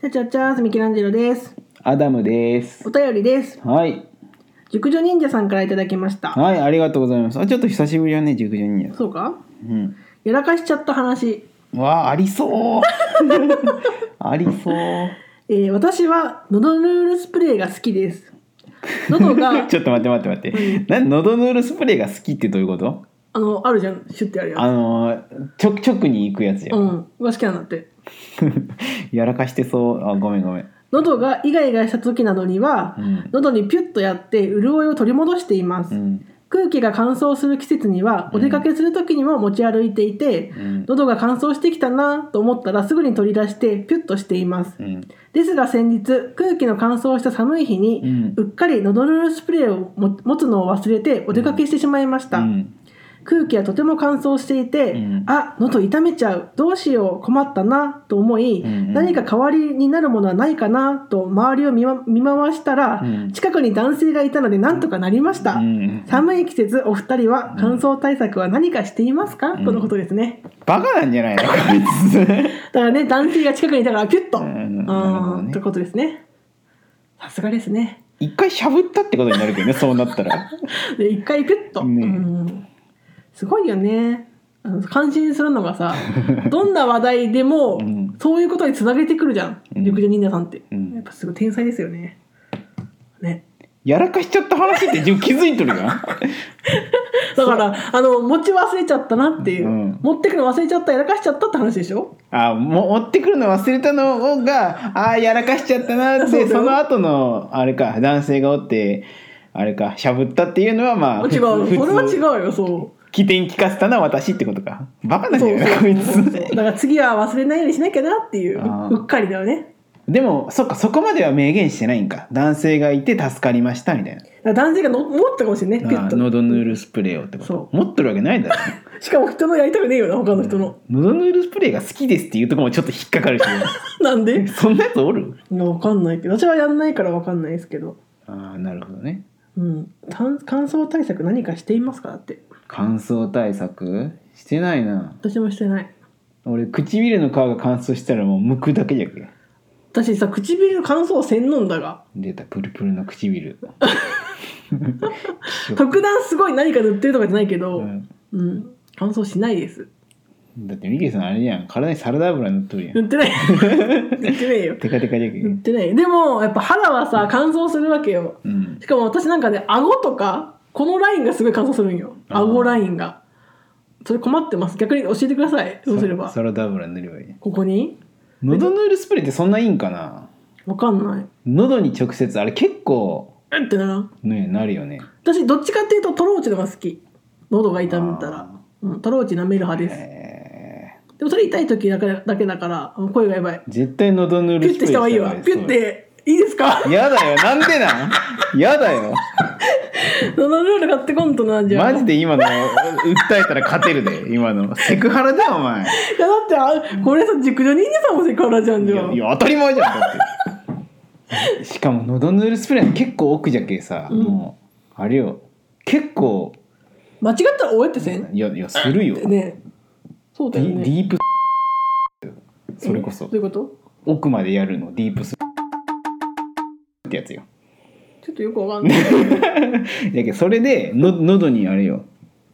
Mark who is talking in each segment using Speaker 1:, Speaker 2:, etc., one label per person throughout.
Speaker 1: チャチャチャーズミキランジェロです。
Speaker 2: アダムです
Speaker 1: お。便りです。
Speaker 2: はい。
Speaker 1: 熟女忍者さんからいただきました。
Speaker 2: はい、ありがとうございます。あ、ちょっと久しぶりだね、熟女忍者。
Speaker 1: そうか
Speaker 2: うん。
Speaker 1: やらかしちゃった話。
Speaker 2: わあ、ありそう。 ありそう。、
Speaker 1: えー私は喉ヌールスプレーが好きです。喉が
Speaker 2: ちょっと待って待って待って。なん、喉ヌールスプレーが好きってどういうこと。
Speaker 1: あの、あるじゃん。シュッてやる
Speaker 2: あ
Speaker 1: や
Speaker 2: のー、ちょくちょくに行くやつ
Speaker 1: つ。
Speaker 2: や
Speaker 1: う。ん。が好きなんだって。
Speaker 2: やらかしてそう。あ、ごめんごめん。
Speaker 1: 喉がイガイガした時などには
Speaker 2: う、ん。
Speaker 1: 喉にピュッとやって潤いを取り戻しています。
Speaker 2: うん。
Speaker 1: 空気が乾燥する季節にはお出かけする時にも持ち歩いていて、
Speaker 2: うん。
Speaker 1: 喉が乾燥してきたなと思ったらすぐに取り出してピュッとしています
Speaker 2: うん。
Speaker 1: ですが先日空気の乾燥した寒い日
Speaker 2: う
Speaker 1: に、
Speaker 2: ん
Speaker 1: う。っかり喉ルールスプレーをも持つのを忘れてお出かけしてしまいました、
Speaker 2: うん。
Speaker 1: 空気はとても乾燥していて、
Speaker 2: うん
Speaker 1: あ喉痛めちゃうどうしよう困ったなと思い、
Speaker 2: うんうん
Speaker 1: 何か代わりになるものはないかなと周りを見,、見回したら、
Speaker 2: うん
Speaker 1: 近くに男性がいたのでなんとかなりました、
Speaker 2: うん
Speaker 1: 寒い季節お二人は乾燥対策は何かしていますか、
Speaker 2: うん
Speaker 1: とのことですね
Speaker 2: バカなんじゃないの、こいつ。
Speaker 1: だからね男性が近くにいたからピュッと、
Speaker 2: う
Speaker 1: うんん
Speaker 2: なるほどね
Speaker 1: ということですねさすがですね
Speaker 2: 一回しゃぶったってことになるけどね、そうなったら。
Speaker 1: で一回ピュッと、
Speaker 2: ね
Speaker 1: うんすごいよねあの感心するのがさ どんな話題でも、
Speaker 2: うん
Speaker 1: そういうことにつなげてくるじゃん
Speaker 2: うん
Speaker 1: 緑女忍者さんって、
Speaker 2: うん
Speaker 1: やっぱすごい天才ですよねね
Speaker 2: やらかしちゃった話って自分気づいとるや
Speaker 1: だからあの持ち忘れちゃったなっていう、
Speaker 2: うん
Speaker 1: 持ってくの忘れちゃったやらかしちゃったって話でしょ
Speaker 2: ん。あ、も持ってくるの忘れたのが、あーやらかしちゃったな
Speaker 1: そ
Speaker 2: っ
Speaker 1: うだ
Speaker 2: て、
Speaker 1: よ
Speaker 2: その後の、あれか、男性がおって、あれか、しゃぶったっていうのは、まあ、
Speaker 1: 違うそれは違う
Speaker 2: う。
Speaker 1: よそう
Speaker 2: 起点聞かせたのは私ってことか。バカなんじ
Speaker 1: そ
Speaker 2: ゃ
Speaker 1: う
Speaker 2: ないのこい
Speaker 1: そうそう
Speaker 2: つ。
Speaker 1: だから次は忘れないようにしなきゃなっていう
Speaker 2: あー
Speaker 1: うっかりだよね
Speaker 2: でも、そっか、そこまでは明言してないんか。男性がいて助かりましたみたいな。
Speaker 1: だから男性がの持ったかもしれないねピュ
Speaker 2: あ
Speaker 1: ッ
Speaker 2: ー
Speaker 1: と
Speaker 2: 喉ヌールスプレーをってこ
Speaker 1: そ
Speaker 2: と。持ってるわけないだろ。
Speaker 1: しかも人のやりたくねえよな他の人の、
Speaker 2: 喉ヌールスプレーが好きですっていうとこもちょっと引っかか るし。
Speaker 1: なんで
Speaker 2: そんなやつおる
Speaker 1: いやわかんないけど私はやんないからわかんないですけど、
Speaker 2: ああ、なるほどね。
Speaker 1: うん、たん乾燥対策何かしていますかだって
Speaker 2: 乾燥対策してないな
Speaker 1: 私もしてない
Speaker 2: 俺唇の皮が乾燥したらもう剥くだけじゃけ
Speaker 1: 私さ唇乾燥せんのんだが
Speaker 2: 出たプルプルの唇
Speaker 1: 特段すごい何か塗ってるとかじゃないけど、 う
Speaker 2: う
Speaker 1: ん
Speaker 2: ん
Speaker 1: 乾燥しないです
Speaker 2: だってミケさんあれじゃん体にサラダ油塗っとるやん
Speaker 1: 塗 ってない塗ってないよ
Speaker 2: テカテカじゃけ
Speaker 1: 塗ってないでもやっぱ肌はさ乾燥するわけよ
Speaker 2: うん
Speaker 1: しかも私なんかね顎とかこのラインがすごい乾燥するんよ
Speaker 2: あー
Speaker 1: 顎ラインがそれ困ってます逆に教えてくださいそうすれば
Speaker 2: ササラダ油塗ればいい
Speaker 1: ここに
Speaker 2: 喉塗るスプレーってそんないいんかな
Speaker 1: わかんない
Speaker 2: 喉に直接あれ結構
Speaker 1: うんってならん
Speaker 2: ねなるよね
Speaker 1: 私どっちかっていうとトローチのが好き喉が痛めたら
Speaker 2: あ、
Speaker 1: うん、トローチ舐める派です、
Speaker 2: え
Speaker 1: でもそれ痛い時だけだけだから声がやばい
Speaker 2: ー絶対喉塗
Speaker 1: ピュッ
Speaker 2: るスプ
Speaker 1: て
Speaker 2: レー
Speaker 1: した方がいいわ
Speaker 2: した
Speaker 1: ピュッていいです か
Speaker 2: やだよなんでなんやだよ
Speaker 1: 喉ルール買ってこんとなんじゃ
Speaker 2: マジで今の訴えたら勝て るで今のセクハラだよお前
Speaker 1: いやだってあこれさ熟女忍者さんもセクハラじゃんじゃん
Speaker 2: いやいや当たり前じゃんだって しかも喉塗るスプレーの結構奥じゃけさ、
Speaker 1: うん
Speaker 2: もうあれよ結構
Speaker 1: 間違ったら終えってせん
Speaker 2: いやいやするよ、
Speaker 1: ねそう
Speaker 2: デ
Speaker 1: だよ
Speaker 2: ィデ
Speaker 1: ね
Speaker 2: ィープそれこ
Speaker 1: え
Speaker 2: そ
Speaker 1: どういうこと
Speaker 2: 奥までやるのディープスってやつよ
Speaker 1: ちょっとよくわかん ない
Speaker 2: だけどそれでの喉にあれよ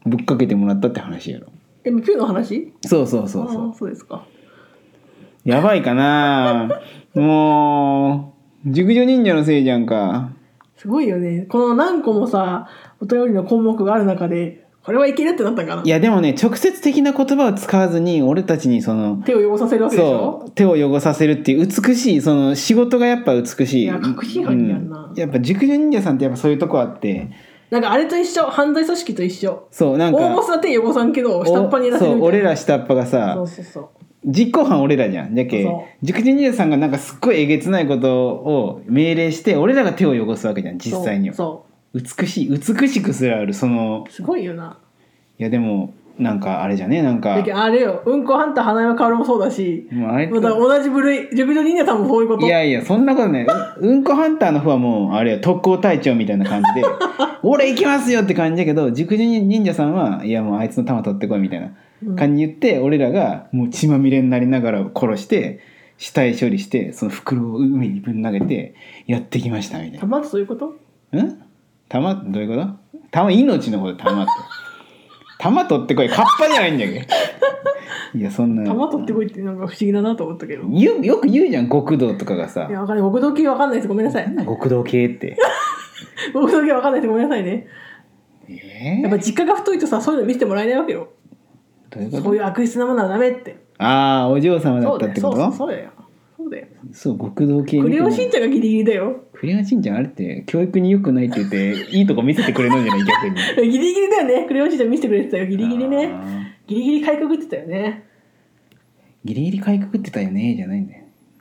Speaker 2: ぶっかけてもらったって話やろ
Speaker 1: えもうピューの話
Speaker 2: そうそうそうそう
Speaker 1: あーそうですか
Speaker 2: やばいかなもう、熟女忍者のせいじゃんか。
Speaker 1: すごいよねこの何個もさお便りの項目がある中でこれはいけるってなったんかない
Speaker 2: や、でもね、直接的な言葉を使わずに、俺たちにその、
Speaker 1: 手を汚させるわけでしょ
Speaker 2: そう、手を汚させるっていう美しい、その仕事がやっぱ美しい。
Speaker 1: いや確信犯やんな
Speaker 2: うやっぱ熟女忍者さんってやっぱそういうとこあって、
Speaker 1: なんかあれと一緒犯罪組織と一緒
Speaker 2: そう、な
Speaker 1: 大
Speaker 2: んか、
Speaker 1: ボスは手汚さんけど下っ端にやらせ
Speaker 2: そ
Speaker 1: る
Speaker 2: う、
Speaker 1: みた
Speaker 2: 俺
Speaker 1: いな
Speaker 2: ら下っ端がさ、
Speaker 1: そうそうそう
Speaker 2: 実行犯俺らじゃんじゃけ
Speaker 1: そう
Speaker 2: 熟女忍者さんがなんかすっごいえげつないことを命令して俺らが手を汚すわけじゃん実際には
Speaker 1: そ
Speaker 2: 美しい美しくすらあるその
Speaker 1: うすごいよない
Speaker 2: やでもなんかあれじゃねなんか
Speaker 1: だけどあれようんこハンター花山薫もそうだし
Speaker 2: もうあれ
Speaker 1: また同じ部類熟女忍者さんもそういうこと
Speaker 2: いやいやそんなことねううんこハンターの方はもうあれよ特攻隊長みたいな 感じで俺行きますよって感じだけど熟女忍者さんはいやもうあいつの弾取ってこいみたいな
Speaker 1: うん
Speaker 2: 感じ言って、俺らがもう血まみれになりながら殺して死体処理してその袋を海にぶん投げてやってきましたみたいな
Speaker 1: 玉ってそういうこと
Speaker 2: ん玉どういうこと玉命のこと玉って玉取ってこいカッパじゃないんだ けどいやそんな
Speaker 1: 玉取ってこいってなんか不思議だなと思ったけどい
Speaker 2: よよく言うじゃん極道とかがさ
Speaker 1: やわかんない極道系わかんないですごめんなさい
Speaker 2: 極道系って
Speaker 1: 極道系わかんないですごめんなさいね
Speaker 2: え
Speaker 1: やっぱ実家が太いとさそういうの見せてもらえないわけよ
Speaker 2: どういうこと
Speaker 1: そういう悪質なものはダメって
Speaker 2: ああお嬢様だ
Speaker 1: そう
Speaker 2: っ
Speaker 1: だ
Speaker 2: たっ
Speaker 1: よ
Speaker 2: て
Speaker 1: そ
Speaker 2: こ
Speaker 1: うそう
Speaker 2: と
Speaker 1: そうだよそうだよ
Speaker 2: そう極道系
Speaker 1: クレヨン
Speaker 2: 見て
Speaker 1: し
Speaker 2: ない
Speaker 1: んちゃんがギリギリだよ
Speaker 2: クレヨンしんちゃんあれって教育に良くないって言っていいとこ見せてくれるんじゃない逆に
Speaker 1: ギリギリだよねクレヨンしんちゃん見せてくれてたよギリギリ
Speaker 2: あ
Speaker 1: ね
Speaker 2: ー
Speaker 1: ギリギリ改革ってたよね
Speaker 2: ギリギリかいくぐってたよねじゃないんだよ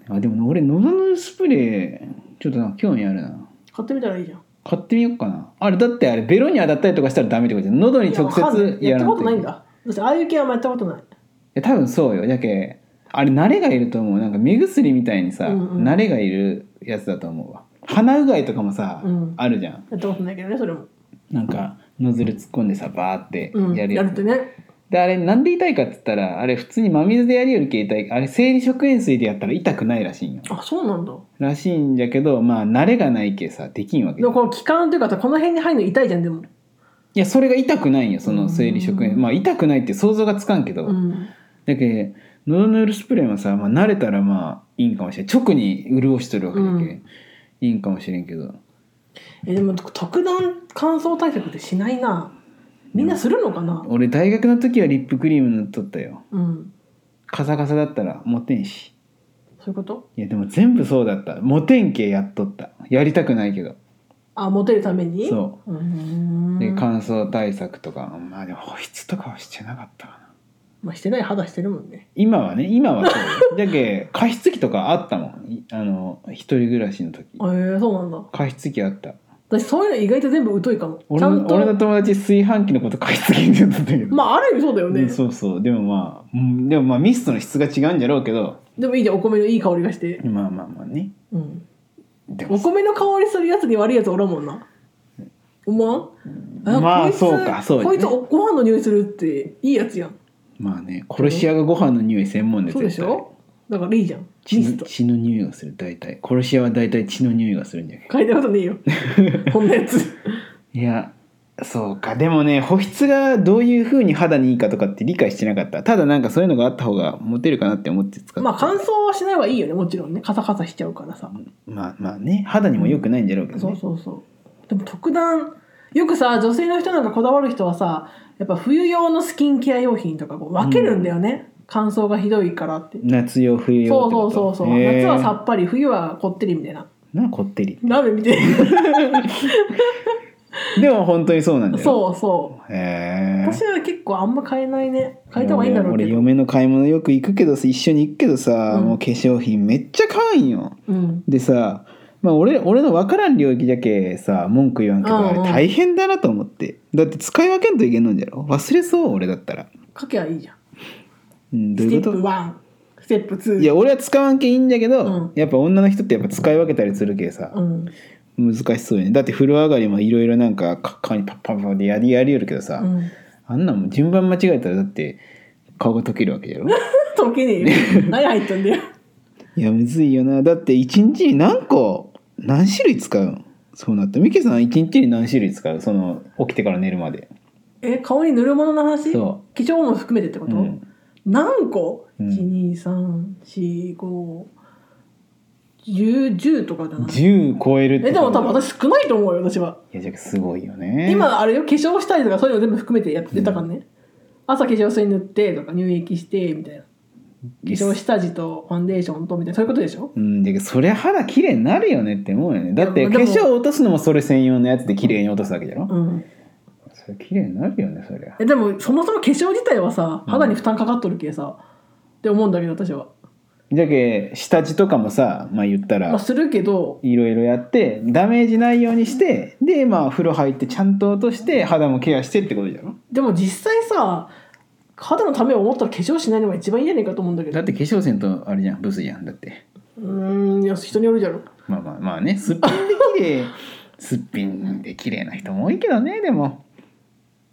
Speaker 2: あでも俺喉のスプレーちょっとなんか興味あるな
Speaker 1: 買ってみたらいいじゃん
Speaker 2: 買ってみようかなあれだってあれベロに当たったりとかしたらダメってことじゃん喉に直
Speaker 1: いやわかんない
Speaker 2: 接
Speaker 1: や
Speaker 2: や
Speaker 1: っ
Speaker 2: ら
Speaker 1: た
Speaker 2: な
Speaker 1: こ
Speaker 2: く
Speaker 1: と
Speaker 2: て
Speaker 1: ないい
Speaker 2: い
Speaker 1: んだ私ああいう系はあんまやったことない
Speaker 2: や多分そうよじゃけあれ慣れがいると思うなんか目薬みたいにさ、
Speaker 1: うんうん
Speaker 2: 慣れがいるやつだと思うわ鼻うがいとかもさ、
Speaker 1: うん
Speaker 2: あるじゃん
Speaker 1: やったことないけどねそれも、
Speaker 2: なんかノズル突っ込んでさバーって
Speaker 1: うん、
Speaker 2: やる
Speaker 1: や
Speaker 2: や
Speaker 1: る
Speaker 2: つ、
Speaker 1: ってね
Speaker 2: であれなんで痛いかって言ったらあれ普通に真水でやるより痛いあれ生理食塩水でやったら痛くないらしいんよ
Speaker 1: あそうなんだ
Speaker 2: らしいんじゃけどまあ慣れがないけさできんわけ
Speaker 1: でもこの気管というかさこの辺に入るの痛いじゃんでも、
Speaker 2: いやそれが痛くないんよその生理食塩
Speaker 1: うん
Speaker 2: まあ痛くないって想像がつかんけど、
Speaker 1: うん、
Speaker 2: だけど喉の潤スプレーはさ、まあ、慣れたらまあいいんかもしれん直に潤しとるわけだけ、
Speaker 1: うん
Speaker 2: いいんかもしれんけど
Speaker 1: えでも特段乾燥対策ってしないなみんなするのかな
Speaker 2: 俺大学の時はリップクリーム塗っとったよ
Speaker 1: うん
Speaker 2: カサカサだったらモテんし
Speaker 1: そういうこと
Speaker 2: いやでも全部そうだったモテん系やっとったやりたくないけど
Speaker 1: あモテるために
Speaker 2: そう
Speaker 1: うーん
Speaker 2: で乾燥対策とかまあでも保湿とかはしてなかったかな
Speaker 1: まあ、してない肌してるもんね
Speaker 2: 今はね今はそう よじゃけ加湿器とかあったもんいあの一人暮らしの時
Speaker 1: えー、そうなんだ
Speaker 2: 加湿器あった
Speaker 1: 私そういうの意外と全部疎いかもち
Speaker 2: 俺
Speaker 1: ゃ
Speaker 2: の
Speaker 1: んと
Speaker 2: 俺の友達炊飯器のこと加湿器って言ってたけど
Speaker 1: まあある意味そうだよ
Speaker 2: う
Speaker 1: ね
Speaker 2: んそうそうでもまあうんでもまあミストの質が違うんじゃろうけど
Speaker 1: でもいいじゃんお米のいい香りがして、
Speaker 2: まあまあまあね
Speaker 1: うん、
Speaker 2: で
Speaker 1: お
Speaker 2: も
Speaker 1: 米の香りするやつに悪いやつおらんもんな思わん
Speaker 2: まあ
Speaker 1: こいつ
Speaker 2: そうかそうよね
Speaker 1: こいつおご飯の匂いするっていいやつやん
Speaker 2: まあね殺し屋がご飯の匂い専門で
Speaker 1: そうで
Speaker 2: 絶
Speaker 1: し
Speaker 2: 対
Speaker 1: ょだからいいじゃんミ
Speaker 2: 血
Speaker 1: ス
Speaker 2: の
Speaker 1: ト
Speaker 2: 血の匂いがする大体殺し屋は大体血の匂いがするんじゃけ
Speaker 1: 嗅いだことねえ よこんなやつ
Speaker 2: いやそうかでもね保湿がどういうふうに肌にいいかとかって理解してなかったただなんかそういうのがあった方がモテるかなって思って使って
Speaker 1: まあ乾燥はしない方がいいよねもちろんねカサカサしちゃうからさ、
Speaker 2: まあまあね肌にも良くないんじゃろうけど
Speaker 1: そ
Speaker 2: ね
Speaker 1: うそうそうでも特段よくさ女性の人なんかこだわる人はさやっぱ冬用のスキンケア用品とかこう分けるんだよね、乾燥がひどいからって
Speaker 2: 夏用冬用
Speaker 1: そ
Speaker 2: っ
Speaker 1: う
Speaker 2: て
Speaker 1: そ
Speaker 2: こ
Speaker 1: う
Speaker 2: と
Speaker 1: そうそう、
Speaker 2: へー
Speaker 1: 夏はさっぱり冬はこってりみたいな
Speaker 2: なこってり
Speaker 1: 鍋みたいな
Speaker 2: でも本当にそうなんだよ
Speaker 1: そうそう
Speaker 2: うへえ
Speaker 1: 私は結構あんま買えないね買えた方がいいんだろうけ
Speaker 2: 俺
Speaker 1: ど
Speaker 2: 嫁の買い物よく行くけどさ一緒に行くけどさ、
Speaker 1: うん
Speaker 2: もう化粧品めっちゃ買うんよ
Speaker 1: うん
Speaker 2: でさまあ俺俺の分からん領域じゃけさ文句言わんけど
Speaker 1: うんうん
Speaker 2: あれ大変だなと思ってだって使い分けんといけんのんじゃろ忘れそう俺だったら、
Speaker 1: かけばいいじゃん
Speaker 2: うん、どう
Speaker 1: ス
Speaker 2: い
Speaker 1: テ
Speaker 2: う
Speaker 1: ップ
Speaker 2: こ
Speaker 1: 1ステップ
Speaker 2: と
Speaker 1: 2
Speaker 2: いや俺は使わんけいいんだけど、
Speaker 1: うん
Speaker 2: やっぱ女の人ってやっぱ使い分けたりするけさ
Speaker 1: う、ん
Speaker 2: 難しそうよねだって風呂上がりもいろいろなんかか顔にパッパッパッでやりやりよるけどさ、
Speaker 1: うん
Speaker 2: あんなんもん順番間違えたらだって顔が溶けるわけじゃろ
Speaker 1: 溶けねえよ 何入ったんだよ
Speaker 2: いやむずいよなだって一日に何個何種類使うんそうなったミケさん一日に何種類使うその起きてから寝るまで
Speaker 1: え顔に塗るものの話
Speaker 2: そ
Speaker 1: 化粧も含めてってこと、
Speaker 2: うん
Speaker 1: 何個、
Speaker 2: うん
Speaker 1: ?1234510 とかじゃない
Speaker 2: 10超えるって
Speaker 1: えでも多分
Speaker 2: い
Speaker 1: 私少ないと思うよ私は、
Speaker 2: やじゃあすごいよね
Speaker 1: 今あれよ化粧したりとかそういうの全部含めてやってたからね、朝化粧水塗ってとか乳液してみたいな化
Speaker 2: 化
Speaker 1: 粧下地とファンデーションとみたいなそういうことでしょ
Speaker 2: うんだけどそりゃ肌綺麗になるよねって思うよねだって
Speaker 1: いや
Speaker 2: 化
Speaker 1: でも
Speaker 2: 粧を落とすのもそれ専用のやつで綺麗に落とすわけじゃろ、
Speaker 1: うん、
Speaker 2: それ綺麗になるよねそりゃ
Speaker 1: えでもそもそも化粧自体はさ肌に負担かかっとるけさ、って思うんだけど私は、
Speaker 2: じゃけ下地とかもさまあ言った
Speaker 1: まあ、
Speaker 2: ら
Speaker 1: するけど
Speaker 2: いろいろやってダメージないようにしてでまあ風呂入ってちゃんと落として肌もケアしてってことじゃろ
Speaker 1: でも実際さ肌のためを思ったら化粧しないのが一番いいんじゃないかと思うんだけど
Speaker 2: だって化粧せんとあれじゃんブスじゃんだって
Speaker 1: うーんいや人によるじゃろ
Speaker 2: まあまあまあねすっぴんで綺 麗すっぴんで綺麗な人も多いけどねでも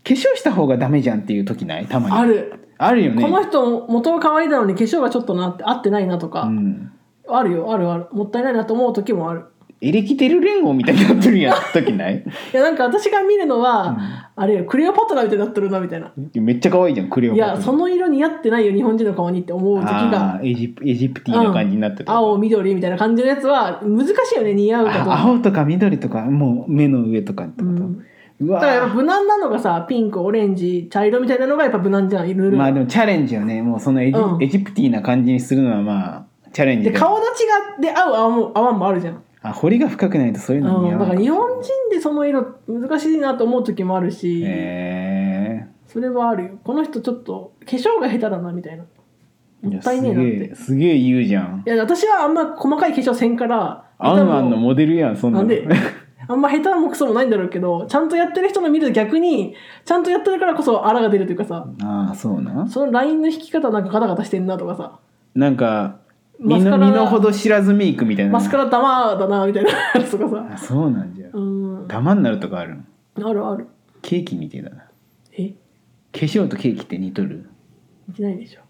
Speaker 2: 化粧した方がダメじゃんっていう時ないたまに
Speaker 1: ある、
Speaker 2: あるよね
Speaker 1: この人元は可愛いだのに化粧がちょっとなって合ってないなとか、
Speaker 2: うん
Speaker 1: あるよあるあるもったいないなと思う時もある
Speaker 2: エレキテル連合みたいになってるやん時ない
Speaker 1: いやなんか私が見るのは、あれよクレオパトラみたいになってるなみたいな
Speaker 2: めっちゃ可愛いじゃんクレオ
Speaker 1: い
Speaker 2: パトラ
Speaker 1: やその色似合ってないよ日本人の顔にって思う時
Speaker 2: あ
Speaker 1: が
Speaker 2: ーエジプエジプティな感じになってた、
Speaker 1: 青緑みたいな感じのやつは難しいよね似合うかどう
Speaker 2: あ
Speaker 1: か
Speaker 2: 青とか緑とかもう目の上とかってこと、
Speaker 1: う
Speaker 2: うんわ
Speaker 1: だからやっぱ無難なのがさピンクオレンジ茶色みたいなのがやっぱ無難じゃんルールが
Speaker 2: まあでもチャレンジよねもうそのエジ,、
Speaker 1: うん
Speaker 2: エジプティな感じにするのはまあチャレンジ
Speaker 1: で
Speaker 2: だよ
Speaker 1: 顔立ちがで合う合わんも合わんもあるじゃん、
Speaker 2: あ彫りが深くないとそういうの
Speaker 1: う
Speaker 2: 似合
Speaker 1: ん、
Speaker 2: わ
Speaker 1: だか
Speaker 2: ない、
Speaker 1: ら日本人でその色難しいなと思う時もあるし、
Speaker 2: へ
Speaker 1: それはあるよこの人ちょっと化粧が下手だなみたいな
Speaker 2: えー、
Speaker 1: もったいねえなって
Speaker 2: やすげえすげえ言うじゃん
Speaker 1: いや私はあんま細かい化粧せんから
Speaker 2: アンアンのモデルやんそん
Speaker 1: な
Speaker 2: なの
Speaker 1: んで あんま下手もクソもないんだろうけどちゃんとやってる人の見ると逆にちゃんとやってるからこそあらが出るというかさ
Speaker 2: ああそうなん
Speaker 1: そのラインの引き方なんかガタガタしてんなとかさ
Speaker 2: なんか
Speaker 1: マ
Speaker 2: 身
Speaker 1: スカ
Speaker 2: の
Speaker 1: ラ
Speaker 2: 身の程知らずメイクみたいな
Speaker 1: マスカラダマーだなみたいなやつとかさ
Speaker 2: あそうなんじゃ
Speaker 1: うん
Speaker 2: ダマになるとかあるん
Speaker 1: あるある
Speaker 2: ケーキみてえだな
Speaker 1: え
Speaker 2: 化粧とケーキって似とる
Speaker 1: いけないでしょ